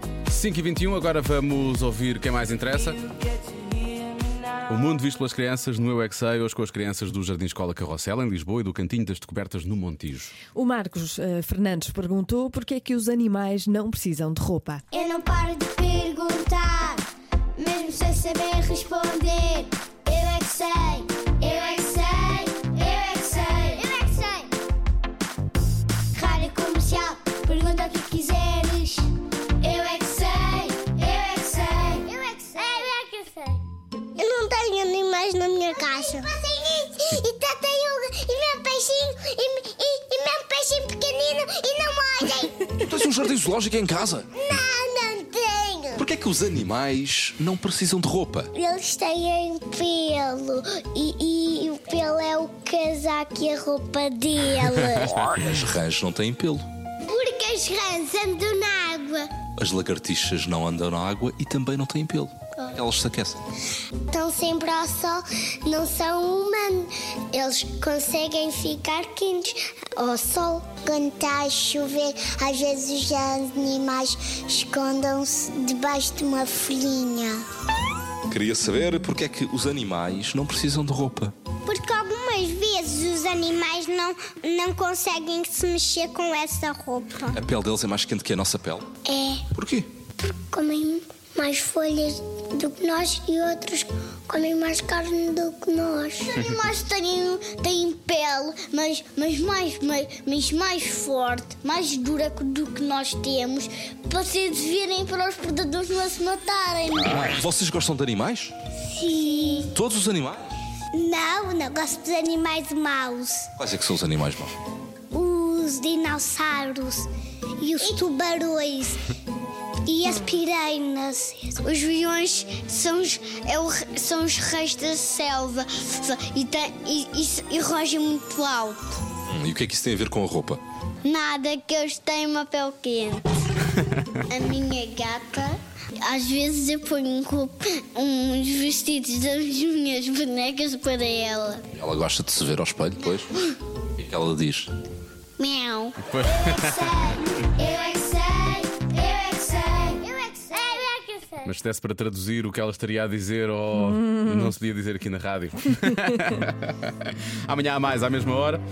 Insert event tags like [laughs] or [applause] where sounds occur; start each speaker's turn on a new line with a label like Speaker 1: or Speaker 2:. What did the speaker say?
Speaker 1: 5h21, agora vamos ouvir quem mais interessa. O mundo visto pelas crianças no Eu é Que Sei, hoje com as crianças do Jardim Escola Carrossela, em Lisboa, e do Cantinho das Descobertas, no Montijo.
Speaker 2: O Marcos eh, Fernandes perguntou porquê é que os animais não precisam de roupa.
Speaker 3: Eu não paro de perguntar, mesmo sem saber responder. Eu é que sei, eu é que sei, eu é que sei, eu é que sei. Rádio comercial, pergunta o que quiseres. Eu é que sei, eu é que sei, eu é que sei, eu é que sei. Eu não tenho animais na minha casa. E, e tartaruga, e meu peixinho, e, e, e meu peixinho pequenino, e não [laughs] morrem.
Speaker 4: Tu tens um jardim zoológico em casa.
Speaker 3: Não, não tenho.
Speaker 4: Porquê é que os animais não precisam de roupa?
Speaker 3: Eles têm pelo e, e o pelo é o casaco e a roupa
Speaker 4: [laughs]
Speaker 3: deles.
Speaker 4: As rãs não têm pelo.
Speaker 3: Porque as rãs andam na água.
Speaker 4: As lagartixas não andam na água e também não têm pelo. Elas se aquecem.
Speaker 3: Estão sempre ao sol, não são humanos. Eles conseguem ficar quentes ao sol. Quando está a chover, às vezes os animais escondam-se debaixo de uma folhinha.
Speaker 4: Queria saber porque é que os animais não precisam de roupa.
Speaker 3: Porque algumas vezes os animais não, não conseguem se mexer com essa roupa.
Speaker 4: A pele deles é mais quente que a nossa pele.
Speaker 3: É,
Speaker 4: Porquê?
Speaker 3: comem mais folhas do que nós e outros comem mais carne do que nós. [laughs] Os animais têm, têm pele, mas, mas, mais, mas, mas mais forte, mais dura do que nós temos, para se desviarem para os predadores não se matarem.
Speaker 4: Vocês gostam de animais?
Speaker 3: Sim.
Speaker 4: Todos os animais?
Speaker 3: Não, não gosto dos animais maus.
Speaker 4: Quais é que são os animais maus?
Speaker 3: os dinossauros e os tubarões e as piranhas. Os leões são os, é o re- são os reis da selva e, tem, e, e- e rogem muito alto.
Speaker 4: Hum, e o que é que isso tem a ver com a roupa?
Speaker 3: Nada que eles têm uma pele quente. A minha gata, às vezes eu ponho um- uns vestidos das minhas bonecas para ela.
Speaker 4: Ela gosta de se ver ao espelho, pois. O que é que ela diz?
Speaker 3: Miau.
Speaker 1: Pois.
Speaker 3: Eu é que sei, eu é que sei, eu é que sei, eu é que sei.
Speaker 1: Mas se desse para traduzir o que ela estaria a dizer ou não se podia dizer aqui na rádio. [laughs] Amanhã há mais, à mesma hora.